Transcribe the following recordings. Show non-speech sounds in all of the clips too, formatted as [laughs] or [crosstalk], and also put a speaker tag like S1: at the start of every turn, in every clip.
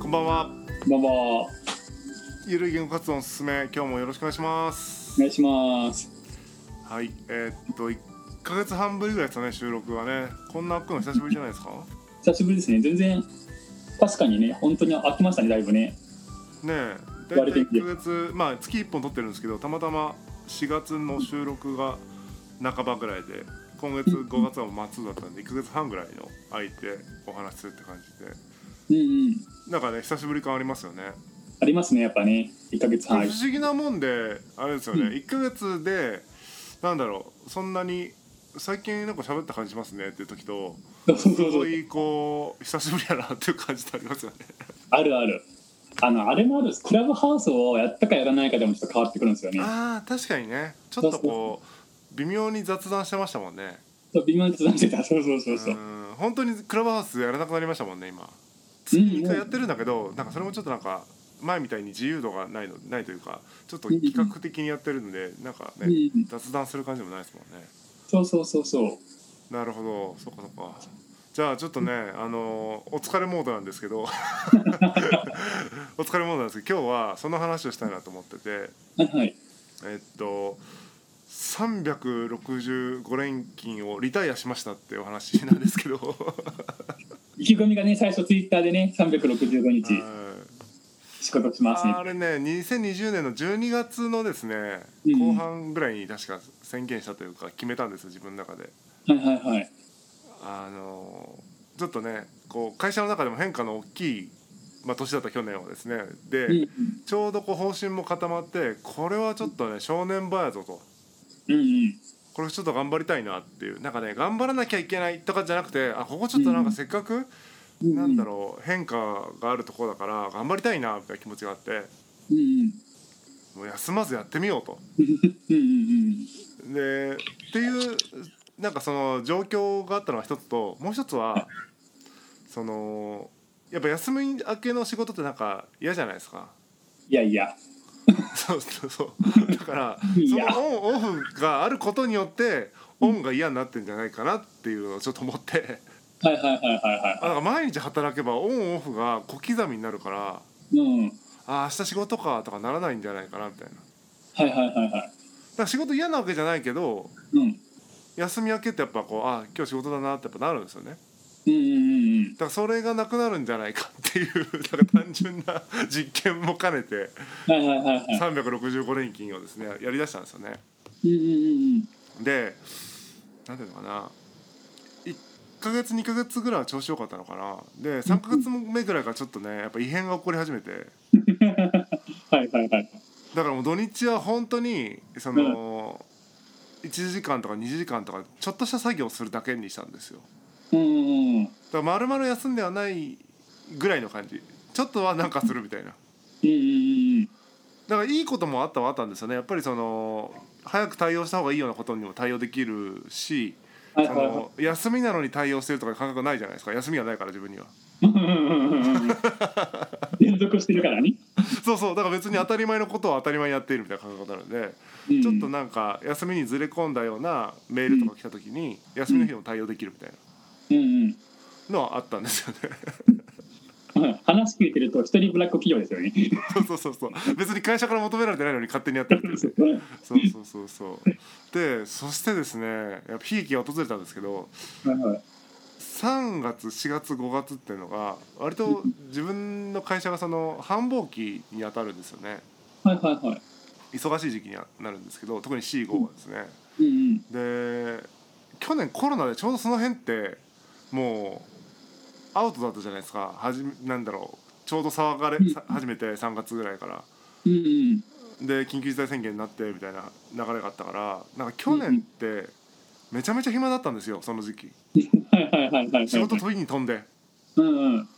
S1: こんばんは。
S2: どうも、
S1: ゆるい言語活動のすすめ、今日もよろしくお願いします
S2: お。願いします。
S1: はい、えーっと、一ヶ月半ぶりぐらいですかね、収録はね。こんな開くの久しぶりじゃないですか。
S2: 久しぶりですね。全然、確かにね、本当に飽きましたね、だいぶね。
S1: ねえ、
S2: 言わ
S1: 大
S2: れ
S1: 体
S2: てみ
S1: 一
S2: て
S1: ヶ月、まあ、月一本撮ってるんですけど、たまたま4月の収録が半ばぐらいで。今月5月はもう末だったんで、1ヶ月半ぐらいの空いて、お話しするって感じで。
S2: うんうん。
S1: なんかね、久しぶり感ありますよね。
S2: ありますね、やっぱね。1ヶ月
S1: 不
S2: 半。はい、
S1: 思議なもんであれですよね、
S2: うん
S1: 1ヶ月でなんだろうそんなに最近なんか喋った感じしますねっていう時と
S2: そうそう
S1: す
S2: そ
S1: ご
S2: う。
S1: いこう久しぶりやなっていう感じってありますよね
S2: あるある。あの、あれもあるんです。クラブハウスをやったかやらないかでもちょっと変わってくるんですよね。
S1: あー確かにねちょっとこう微妙に雑談してましたもんね
S2: そう微妙に雑談してた。そうそうそう
S1: う
S2: そう。
S1: ん本当にクラブハウスやらなくなりましたもんね今
S2: うんうん
S1: 一回やってるんだけどなんかそれもちょっとなんか前みたいに自由度がないのないというかちょっと企画的にやってるんでなんか
S2: うんう
S1: ね
S2: ん
S1: 雑談する感じでもないですもんね
S2: そうそうそうそう。
S1: なるほど、そっかそっか。じゃあちょっとね、あのーお疲れモードなんですけど、 [laughs] お疲れモードなんですけど、今日はその話をしたいなと思ってて、
S2: はいはい。
S1: えっと365連勤をリタイアしましたってお話なんですけ
S2: [laughs]
S1: ど、
S2: 意気込みがね、最初ツイッターでね、365日
S1: はい
S2: 仕事しますね
S1: あ。れね、2020年の12月のですね、
S2: うん
S1: 後半ぐらいに確か宣言したというか決めたんですよ自分の中で。
S2: はいはいはい。
S1: あのちょっとねこう会社の中でも変化の大きい、まあ、年だった去年はですねで、
S2: うん
S1: ちょうどこう方針も固まってこれはちょっとね正念場やぞと
S2: うんうん。
S1: これちょっと頑張りたいなっていうなんかね頑張らなきゃいけないとかじゃなくてあここちょっとなんかせっかく、
S2: うんうん
S1: なんだろう変化があるところだから頑張りたいなみたいな気持ちがあって
S2: うんうん。
S1: もう休まずやってみようと。
S2: うんうん
S1: でっていうなんかその状況があったのは一つともう一つはそのやっぱ休み明けの仕事ってなんか嫌じゃないですか。
S2: いやいや。
S1: そうそうそうだから
S2: い
S1: そ
S2: や
S1: のオンオフがあることによってオンが嫌になってんじゃないかなっていうのをちょっと思って
S2: はいはいはいはいはい。
S1: あなんか毎日働けばオンオフが小刻みになるから
S2: うん。
S1: あー明日仕事かとかならないんじゃないかなみたいなだか
S2: はいはいはいは
S1: ら仕事嫌なわけじゃないけど
S2: い。うん。
S1: 休み明けってやっぱこうあー今日仕事だなってやっぱなるんですよね
S2: うんうんうん
S1: だからそれがなくなるんじゃないかっていうなんか単純な実験も兼ねて
S2: うん。はいはいはいはい。
S1: 365連勤をですねやりだしたんですよね。
S2: うんうん
S1: でなんていうのかな1ヶ月2ヶ月ぐらいは調子良かったのかなで3ヶ月目ぐらいからちょっとねやっぱ異変が起こり始めて
S2: うん。はいはいはい。
S1: だからもう土日は本当にその1時間とか2時間とかちょっとした作業をするだけにしたんですよ。
S2: うんうんうん。
S1: だから丸々休んではないぐらいの感じちょっとはなんかするみたいな。
S2: うんうんうん。
S1: だからいいこともあったはあったんですよねやっぱりその早く対応した方がいいようなことにも対応できるし
S2: は
S1: そ
S2: いはいは
S1: の休みなのに対応してるとかいう感覚ないじゃないですか休みがないから自分には
S2: い。うんうんうんうん。連続してるからね。
S1: そうそうだから別に当たり前のことを当たり前にやっているみたいな感覚になるんで、
S2: うん
S1: ちょっと。なんか休みにずれ込んだようなメールとか来た時に、休みの日でも対応できるみたいな
S2: うん
S1: のはあったんですよね
S2: うん。話聞いてると一人ブラック企業ですよね。
S1: そうそうそうそう別に会社から求められてないのに勝手にやってる
S2: [laughs]
S1: っていうねそうそうそうそうでそしてですねやっぱ悲劇が訪れたんですけど
S2: はいはい。
S1: 3月4月5月っていうのが割と自分の会社がその繁忙期に当たるんですよね
S2: はいはいはい。
S1: 忙しい時期にはなるんですけど特に C5 はですね
S2: うんうん。
S1: で去年コロナでちょうどその辺ってもうアウトだったじゃないですかはじめなんだろうちょうど騒がれ
S2: うん
S1: さ始めて3月ぐらいから
S2: うんうん。
S1: で緊急事態宣言になってみたいな流れがあったからなんか去年ってめちゃめちゃ暇だったんですよその時期
S2: はいはいはいはい。
S1: 仕事。飛びに飛んで。
S2: うんうん。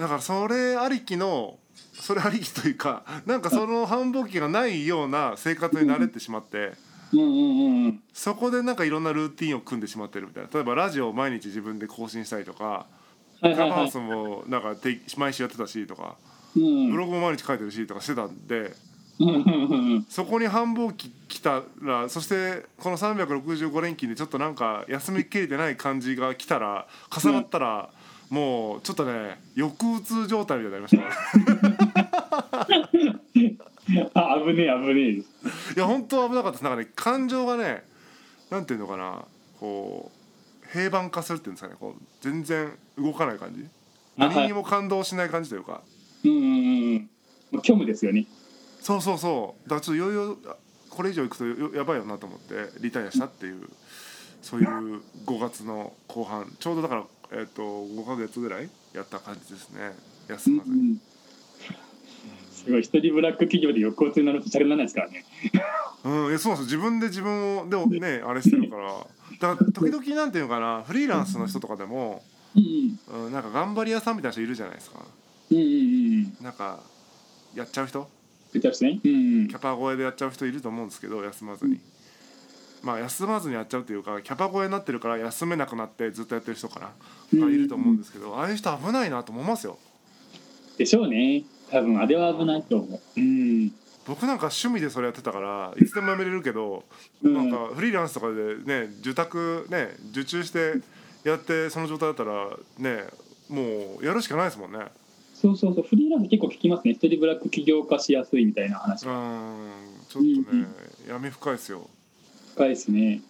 S1: だからそれありきのそれありきというかなんかその繁忙期がないような生活に慣れてしまって
S2: うんうんうん。
S1: そこでなんかいろんなルーティンを組んでしまってるみたいな例えばラジオを毎日自分で更新したりとか
S2: は
S1: ク
S2: いは
S1: ラ
S2: い
S1: ブハ
S2: は
S1: ウ
S2: い。
S1: スもなんか定期毎週やってたしとか
S2: うん。
S1: ブログも毎日書いてるしとかしてたんで
S2: うんうんうん
S1: そこに繁忙期来たらそしてこの365連勤でちょっとなんか休みきれてない感じが来たら重なったらもうちょっとね抑うつ状態みたいになりました
S2: あ危ねえ危ね
S1: いや本当危なかったですなんかね感情がねなんていうのかなこう平板化するっていうんですかねこう全然動かない感じ
S2: あはい
S1: 何にも感動しない感じというか、
S2: えうんうんうんうんもう虚無ですよね
S1: そうそうそうだからちょっといよいよあこれ以上いくとよやばいよなと思ってリタイアしたっていうそういう5月の後半ちょうどだから、えっと5ヶ月ぐらいやった感じですね休まずに。
S2: すごい一人ブラック企業で横通になるとチャレにならないですからね
S1: うん、いやそうなんですよ自分で自分をでもねあれしてるからだから時々なんていうのかなフリーランスの人とかでも、
S2: うん
S1: うん、なんか頑張り屋さんみたいな人いるじゃないですか
S2: うんうんうん
S1: なんかやっちゃう人
S2: 出たしねうん
S1: キャパ超えでやっちゃう人いると思うんですけど休まずにまあ休まずにやっちゃうというかキャパ超えになってるから休めなくなってずっとやってる人かな、
S2: うん
S1: がいると思うんですけどああいう人危ないなと思いますよ
S2: でしょうね多分あれは危ないと思ううん
S1: 僕なんか趣味でそれやってたからいつでも辞めれるけど、
S2: うん
S1: なんかフリーランスとかでね受託ね受注してやってその状態だったらねもうやるしかないですもんね
S2: そうそうそうフリーランス結構聞きますね一人ブラック起業化しやすいみたいな話
S1: う
S2: が
S1: んちょっとね、
S2: うん
S1: 闇深いですよ
S2: 深いですね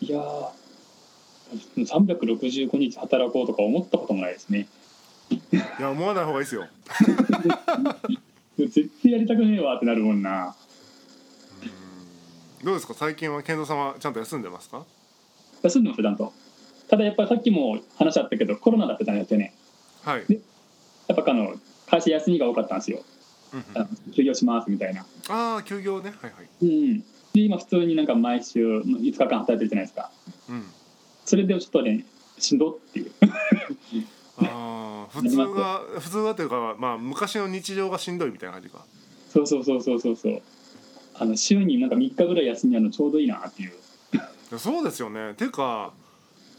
S2: いやー365日働こうとか思ったこともないですね
S1: いや思わない方がいいですよ
S2: 絶対やりたくねえわってなるもんな
S1: どうですか最近は健三さんはちゃんと休んでますか
S2: 休んでも普段とただやっぱりさっきも話あったけどコロナだったじゃないですかね
S1: はい、
S2: でやっぱあの会社休みが多かったんですよ
S1: うんうん
S2: あの休業しますみたいな
S1: ああ休業ねはいはい
S2: うんで今普通になんか毎週5日間働いてるじゃないですか
S1: うん
S2: それでちょっとねしんどっていう
S1: ああ普通が普通がというかまあ昔の日常がしんどいみたいな感じか
S2: そうそうそうそうそうそうあの週になんか3日ぐらい休みあるのちょうどいいなっていう
S1: いやそうですよねていうか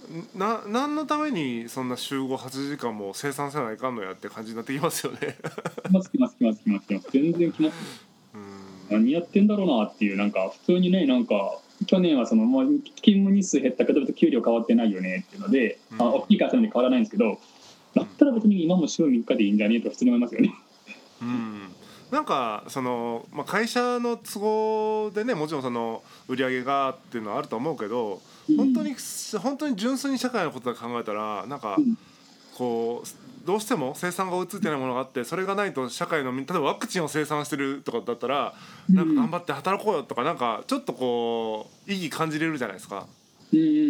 S1: んな何のためにそんな週合8時間も生産せないかんのやって感じになってきますよね [laughs]
S2: きますきますきますきますきます全然きます
S1: うん
S2: 何やってんだろうなっていうなんか普通にねなんか去年はそのもう勤務日数減ったけど給料変わってないよねっていうので、
S1: うん
S2: あ大きい会社なんで変わらないんですけどだったら別に今も週3日でいいんじゃねえと普通に思いますよね。
S1: うんなんかその、まあ、会社の都合でねもちろんその売り上げがっていうのはあると思うけど本当に本当に純粋に社会のことだけ考えたらなんか
S2: うん
S1: こうどうしても生産が追いついてないものがあってそれがないと社会のみ例えばワクチンを生産してるとかだったら
S2: うん
S1: なんか頑張って働こうよとかなんかちょっとこう意義感じれるじゃないですか。
S2: うんうんうんうん
S1: う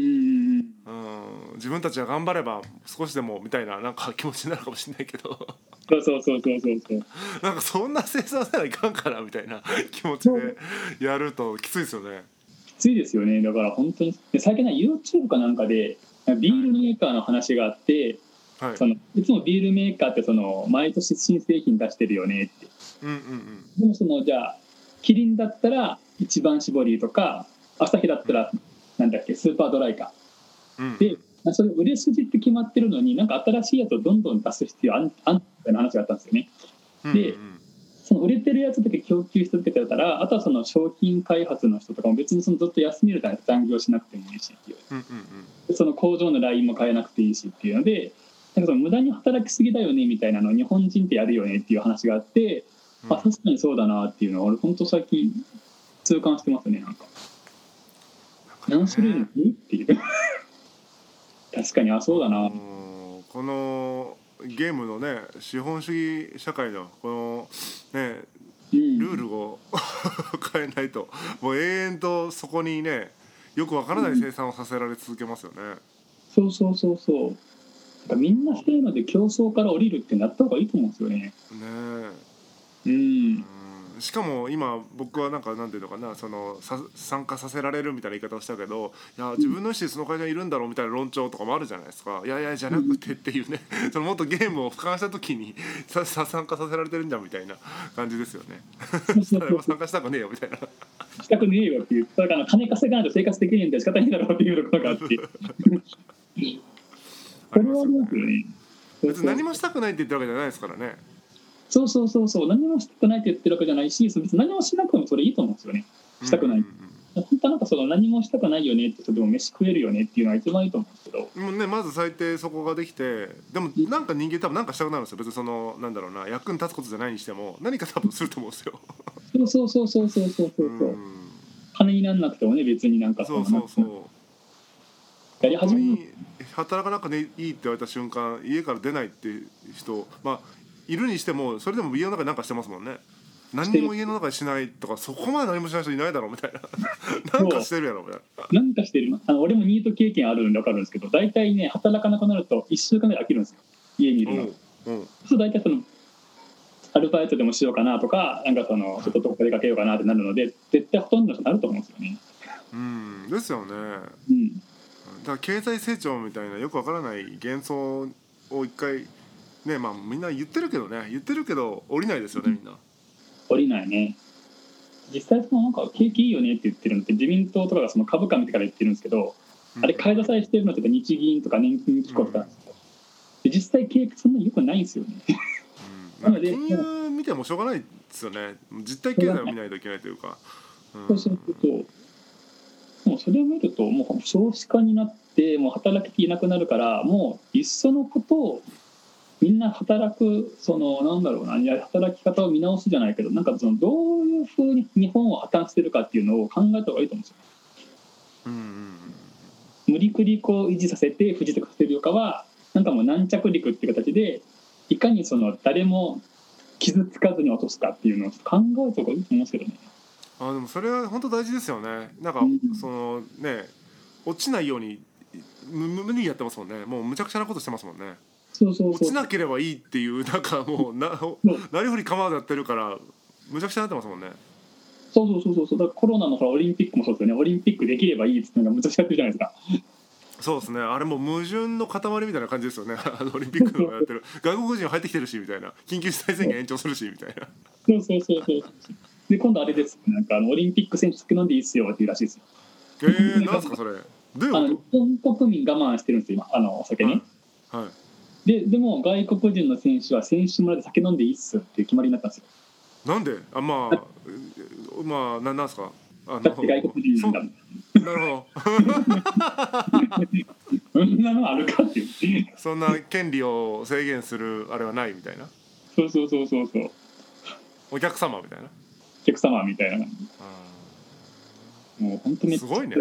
S1: ん自分たちが頑張れば少しでもみたいななんか気持ちになるかもしれないけど [laughs]
S2: そうそうそうそうそうそう
S1: なんかそんな生産せないかんからみたいな気持ちでやるときついですよね。
S2: きついですよねだから本当にで最近は YouTube かなんかでビールメーカーの話があって
S1: はい、
S2: そのいつもビールメーカーってその毎年新製品出してるよねって
S1: うんうんうん
S2: でもそのじゃあキリンだったら一番搾りとか朝日だったらなんだっけスーパードライか
S1: うん
S2: でまあそれ売れ筋って決まってるのになんか新しいやつをどんどん出す必要あんあんみたいな話があったんですよね
S1: うん
S2: で
S1: うん
S2: その売れてるやつだけ供給し続けてたらあとはその商品開発の人とかも別にそのずっと休みるから残業しなくてもいいしっていう
S1: うんうん
S2: でその工場のラインも変えなくていいしっていうのでなんかその無駄に働きすぎだよねみたいなのを日本人ってやるよねっていう話があって
S1: うん
S2: あ確かにそうだなっていうのは俺本当最近痛感してますねなんか何種類の国っていう [laughs] 確かにあそうだな
S1: うんこのゲームのね資本主義社会のこのね
S2: うん
S1: ルールを [laughs] 変えないともう永遠とそこにねよくわからない生産をさせられ続けますよね。
S2: そうそうそうそうなんかみんなせーので競争から降りるってなった方がいいと思うんですよね
S1: ね
S2: う
S1: え
S2: ん
S1: うんしかも今僕はなんかなんていうのかなそのさ参加させられるみたいな言い方をしたけどいや自分の意思でその会社にいるんだろうみたいな論調とかもあるじゃないですかいやいやじゃなくてっていうね [laughs] そのもっとゲームを俯瞰した時にささ参加させられてるんだみたいな感じですよね。
S2: そうそう
S1: 誰
S2: そう
S1: も参加したくねえよみ
S2: [laughs]
S1: たいな。
S2: したくねえよっていうだから金稼がないと生活できねえんだよ仕方ないだろうっていうところがあってこれはありますよね
S1: 別に何もしたくないって言ってるわけじゃないですからね。
S2: そうそうそうそう何もしたくないって言ってるわけじゃないしその別に何もしなくてもそれいいと思うんですよねしたくない
S1: うんうんうん
S2: 本当はなんかその何もしたくないよねって人でも飯食えるよねっていうのが一番いいと思うんですけど
S1: もうねまず最低そこができてでもなんか人間多分なんかしたくなるんですよ別にそのなんだろうな役に立つことじゃないにしても何か多分すると思うんですよ。
S2: そうそうそうそうそうそうそうう、
S1: ん
S2: 金になんなくてもね別になんか
S1: そ
S2: ん
S1: う
S2: な
S1: そうそう
S2: やり
S1: 本
S2: 始
S1: 当
S2: める
S1: に働かなくていいって言われた瞬間家から出ないって人まあいるにしてもそれでも家の中で何かしてますもんね何にも家の中でしないとかそこまで何もしない人いないだろうみたいな
S2: [laughs]
S1: なんかしてるやろみたい
S2: なんかしてるあの俺もニート経験あるんで分かるんですけど大体ね働かなくなると1週間ぐらい飽きるんですよ家にい
S1: な
S2: るの
S1: うんうん
S2: そう大体そのアルバイトでもしようかなとかなんかそのちょっとどこか出かけようかなってなるので絶対ほとんどの人なると思うんですよね
S1: うんですよね
S2: うん
S1: だから経済成長みたいなよくわからない幻想を一回ねまあみんな言ってるけどね言ってるけど降りないですよねみんな
S2: 降りないね実際そのなんか景気いいよねって言ってるのって自民党とかがその株価見てから言ってるんですけど、あれ買い支えしてるのってやっぱ日銀とか年金機構とかなんですよ、で実際景気そんなに良くないんですよね
S1: うんなんか金融見てもしょうがないですよね実体経済を見ないといけないというか、うん
S2: そうするともうそれを見るともう少子化になってもう働き手いなくなるからもういっそのことをみんな働くそのなんだろうないや働き方を見直すじゃないけどなんかそのどういうふうに日本を破綻してるかっていうのを考えた方がいいと思うんですよ
S1: うんうんうん
S2: 無理くりこう維持させて不時着させるよりかはなんかもう軟着陸っていう形でいかにその誰も傷つかずに落とすかっていうのをちょっと考えた方がいいと思うんですけどね。
S1: あでもそれは本当大事ですよねなんか
S2: うん
S1: そのね落ちないようにむむ無理にやってますもんねもうむちゃくちゃなことしてますもんね
S2: そうそう
S1: 落
S2: そう
S1: ちなければいいっていうなんかもうななりふり構わずやってるからむちゃくちゃになってますもんね
S2: そうそうそうそうそうだからコロナのほらオリンピックもそうですよねオリンピックできればいいっていうのがむちゃくちゃやってるじゃないですか
S1: そうですねあれもう矛盾の塊みたいな感じですよね [laughs] あのオリンピックのやってる外国人入ってきてるしみたいな緊急事態宣言延長するしみたいな
S2: そうそうそうそうで今度あれですなんかあのオリンピック選手酒飲んでいいっすよっていうらしいですよ
S1: えー、なんすかそれどういう
S2: あの
S1: こ
S2: 日本国民我慢してるんですよ今あのお酒
S1: と
S2: ね、
S1: はい、はい
S2: ででも外国人の選手は選手村で酒飲んでいいっすっていう決まりになったんですよ
S1: なんであまあえまあななんすかあの
S2: だって外国人
S1: そう
S2: だ
S1: な
S2: もん
S1: るほど
S2: そんなのあるかっていう。
S1: そんな権利を制限するあれはないみたいな
S2: そうそうそうそうそう。お
S1: お客様みたいな
S2: 客様みたいな。
S1: あ
S2: もう本当に
S1: ーすごいね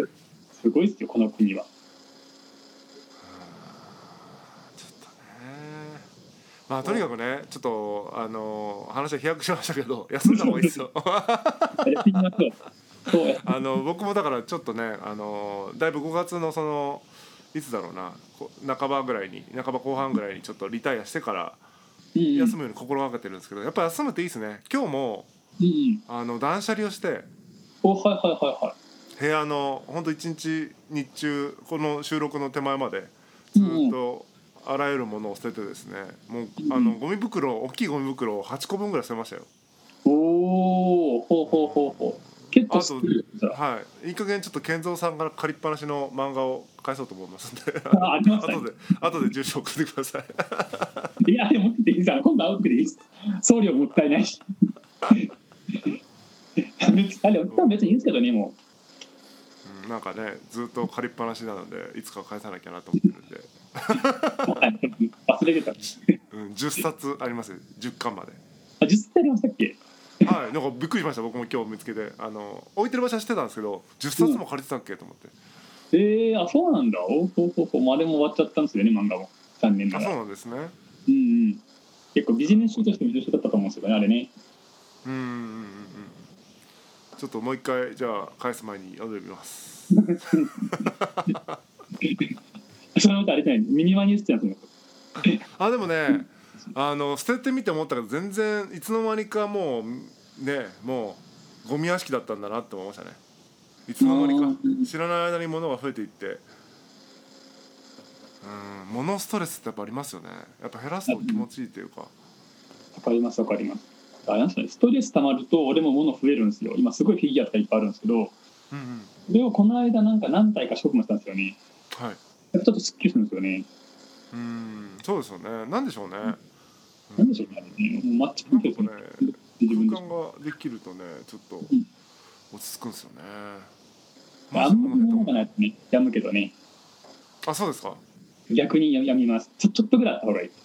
S2: すごいですよこの国は。
S1: ちょっとねまあとにかくねちょっとあの話は飛躍しましたけど [laughs] 休んだ方がいいですよ
S2: あれみんなそう。そうや。
S1: あの僕もだからちょっとねあのだいぶ5月のそのいつだろうなこ半ばぐらいに半ば後半ぐらいにちょっとリタイアしてから
S2: うんうん。
S1: 休むように心がけてるんですけどやっぱ休むっていいですね今日も
S2: うんうん。
S1: あの断捨離をして
S2: おはいはいはいはい。
S1: 部屋のほんと一日日中この収録の手前までずっとあらゆるものを捨ててですねもうあのゴミ袋大きいゴミ袋を8個分ぐらい捨てましたよ
S2: おお。ほうほうほうほう。結構好きるじゃあ
S1: はいいい加減ちょっと健三さんから借りっぱなしの漫画を返そうと思いますん [laughs] で
S2: あありましたね
S1: 後で後で住所送ってください
S2: いや持ってていいじゃん。今度会うっていいっす。送料もったいないし。別にあれ売ったら別にいいんですけどねも
S1: うんなんかねずっと借りっぱなしなのでいつか返さなきゃなと思ってるんで、
S2: う。もう忘れてた。
S1: うん、10冊あります10巻まで
S2: あ実際ありましたっけ？
S1: はい、なんかびっくりしました僕も今日見つけてあの置いてる場所は知ってたんですけど10冊も借りてたっけと思って
S2: ええー、あそうなんだ。おほうほうほう。まああれも終わっちゃったんですよね漫画も。残念な
S1: あ
S2: が
S1: そ
S2: ら
S1: う。なんですね
S2: うんうん、結構ビジネス書としても優秀だったと思うんですよねあれね
S1: うんうんうんうんちょっともう一回じゃあ返す前に読んでみます
S2: そのことあれじゃないミニマニストなんですよ
S1: あでもねあの捨ててみて思ったけど全然いつの間にかもうねもうゴミ屋敷だったんだなって思いましたねいつの間に
S2: あ
S1: か
S2: ー
S1: 知らない間に物が増えていってうん物ストレスってやっぱありますよねやっぱ減らすと気持ちいいっていうか
S2: わかりますわかりますあれなんですよねストレス溜まると俺も物増えるんですよ今すごいフィギュアとかいっぱいあるんですけど
S1: うんうん
S2: それをこの間なんか何体か処分したんですよね
S1: はい
S2: やっぱちょっとすっきりするんですよね
S1: うーんそうですよね。なんでしょうね。う
S2: なんでしょうねあれねもうマッチポイントですよね
S1: なんかね
S2: 自分
S1: 空
S2: で
S1: 間ができるとね、ちょっと
S2: ん
S1: 落ち着くんですよね。
S2: あんまり物がないとねやむけどね
S1: あそうですか
S2: 逆にややみますちょちょっとぐらいあった方がいいか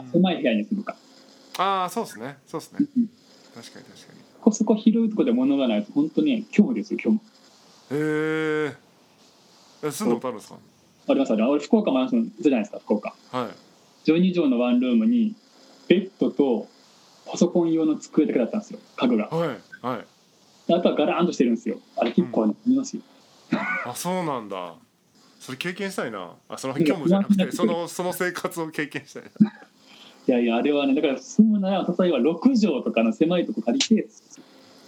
S1: うん
S2: 狭い部屋に住むか
S1: ああそうですねそうですね
S2: うん
S1: 確かに確かに
S2: こそこ広いとこで物がないと本当に恐怖ですよ恐怖
S1: へええ住んだことあるんですか
S2: ありますあります俺福岡マンションじゃないですか福岡
S1: はい
S2: 12畳のワンルームにベッドとパソコン用の机だけだったんですよ家具が
S1: はいはい
S2: であとはガラーンとしてるんですよあれ結構見ますよ、
S1: あそうなんだそれ経験したいなあその今日もじゃなくてそのその生活を経験したいない
S2: やいやあれはねだから住むなら例えば6畳とかの狭いとこ借りて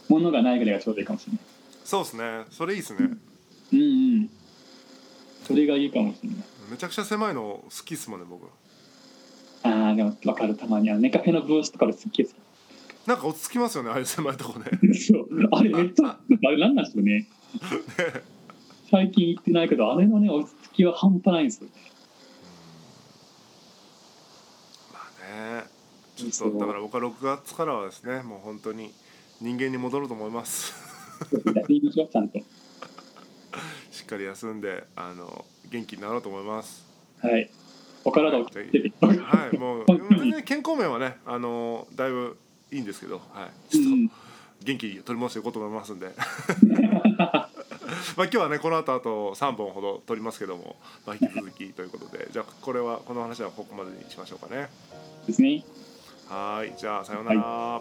S2: 物がないぐらいがちょうどいいかもしれない
S1: そうですねそれいいですね
S2: うんうんそれがいいかもしれない
S1: めちゃくちゃ狭いの好きっすもんね僕
S2: ああでも分かるたまにはねカフェのブースとかですっげえ
S1: なんか落ち着きますよねああいう狭いとこね [laughs]
S2: そうあれめっちゃあれなんなんですよ [laughs] ね最近行ってないけどあれのね落ち着きは半端ないんですよ [laughs]
S1: まあねちょっとだから僕は6月からはですねもう本当に人間に戻ると思います [laughs]
S2: やってみましょうちゃんと
S1: しっかり休んであの元気になろうと思います
S2: はいお体を気をつけて
S1: はいもう全然健康面はねあのだいぶいいんですけど、はい、
S2: う
S1: ちょっ
S2: ん
S1: と元気取り戻していこうと思いますんでまあ今日はねこの後あと3本ほど取りますけども、まあ、引き続きということでじゃあこれはこの話はここまでにしましょうかね
S2: ですね
S1: はいじゃあさようなら、
S2: が